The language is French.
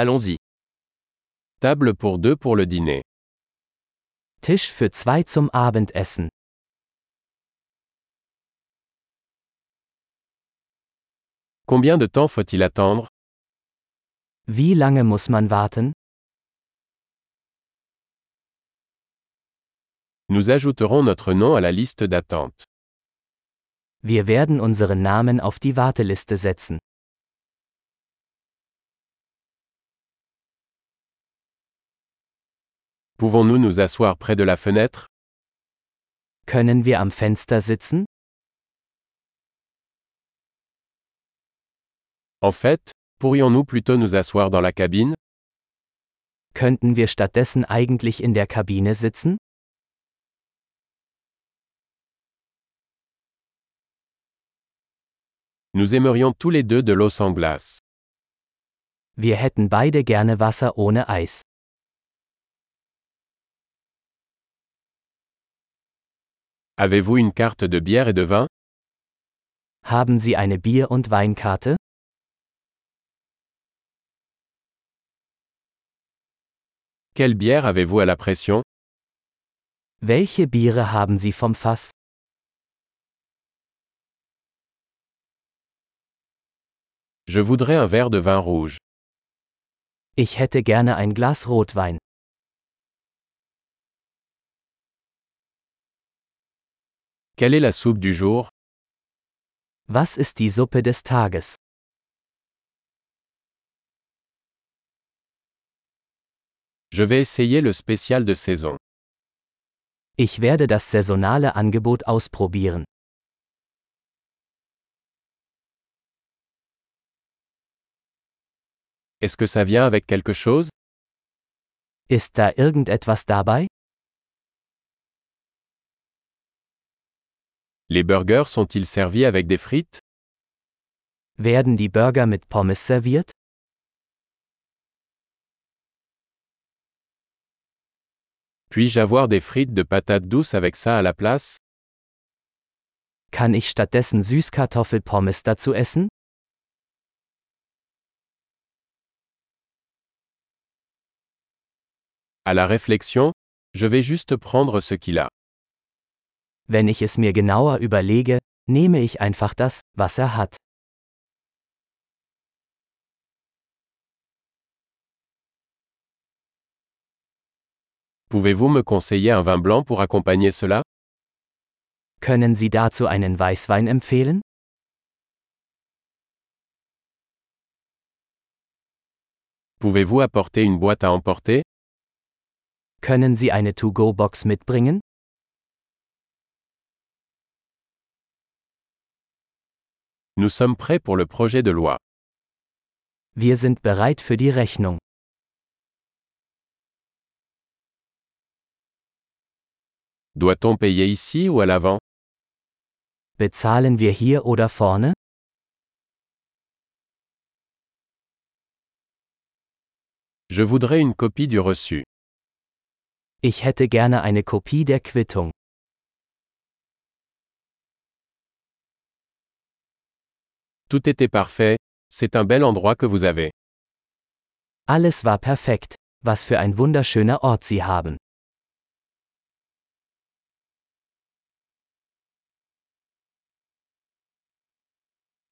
Allons-y. Table pour deux pour le dîner. Tisch für zwei zum Abendessen. Combien de temps faut-il attendre Wie lange muss man warten? Nous ajouterons notre nom à la liste d'attente. Wir werden unseren Namen auf die Warteliste setzen. Pouvons-nous nous asseoir près de la fenêtre Können wir am Fenster sitzen? En fait, pourrions-nous plutôt nous asseoir dans la cabine Könnten wir stattdessen eigentlich in der Kabine sitzen? Nous aimerions tous les deux de l'eau sans glace. Wir hätten beide gerne Wasser ohne Eis. Avez-vous une carte de bière et de vin Haben Sie eine Bier- und Weinkarte? Quelle bière avez-vous à la pression Welche Biere haben Sie vom Fass? Je voudrais un verre de vin rouge. Ich hätte gerne ein Glas Rotwein. Quelle est la soupe du jour Was ist die Suppe des Tages? Je vais essayer le spécial de saison. Ich werde das saisonale Angebot ausprobieren. Est-ce que ça vient avec quelque chose Ist da irgendetwas dabei? Les burgers sont-ils servis avec des frites Werden die Burger mit Pommes serviert? Puis-je avoir des frites de patates douces avec ça à la place Kann ich stattdessen Süßkartoffelpommes dazu essen? À la réflexion, je vais juste prendre ce qu'il a. Wenn ich es mir genauer überlege, nehme ich einfach das, was er hat. Pouvez-vous me conseiller un vin blanc pour accompagner cela Können Sie dazu einen Weißwein empfehlen? Pouvez-vous apporter une boîte à emporter Können Sie eine To-Go-Box mitbringen? Nous sommes prêts pour le projet de loi. Wir sind bereit für die Rechnung. Doit-on payer ici ou à l'avant Bezahlen wir hier oder vorne? Je voudrais une copie du reçu. Ich hätte gerne eine Kopie der Quittung. Tout était parfait, c'est un bel endroit que vous avez. Alles war perfekt. Was für ein wunderschöner Ort Sie haben.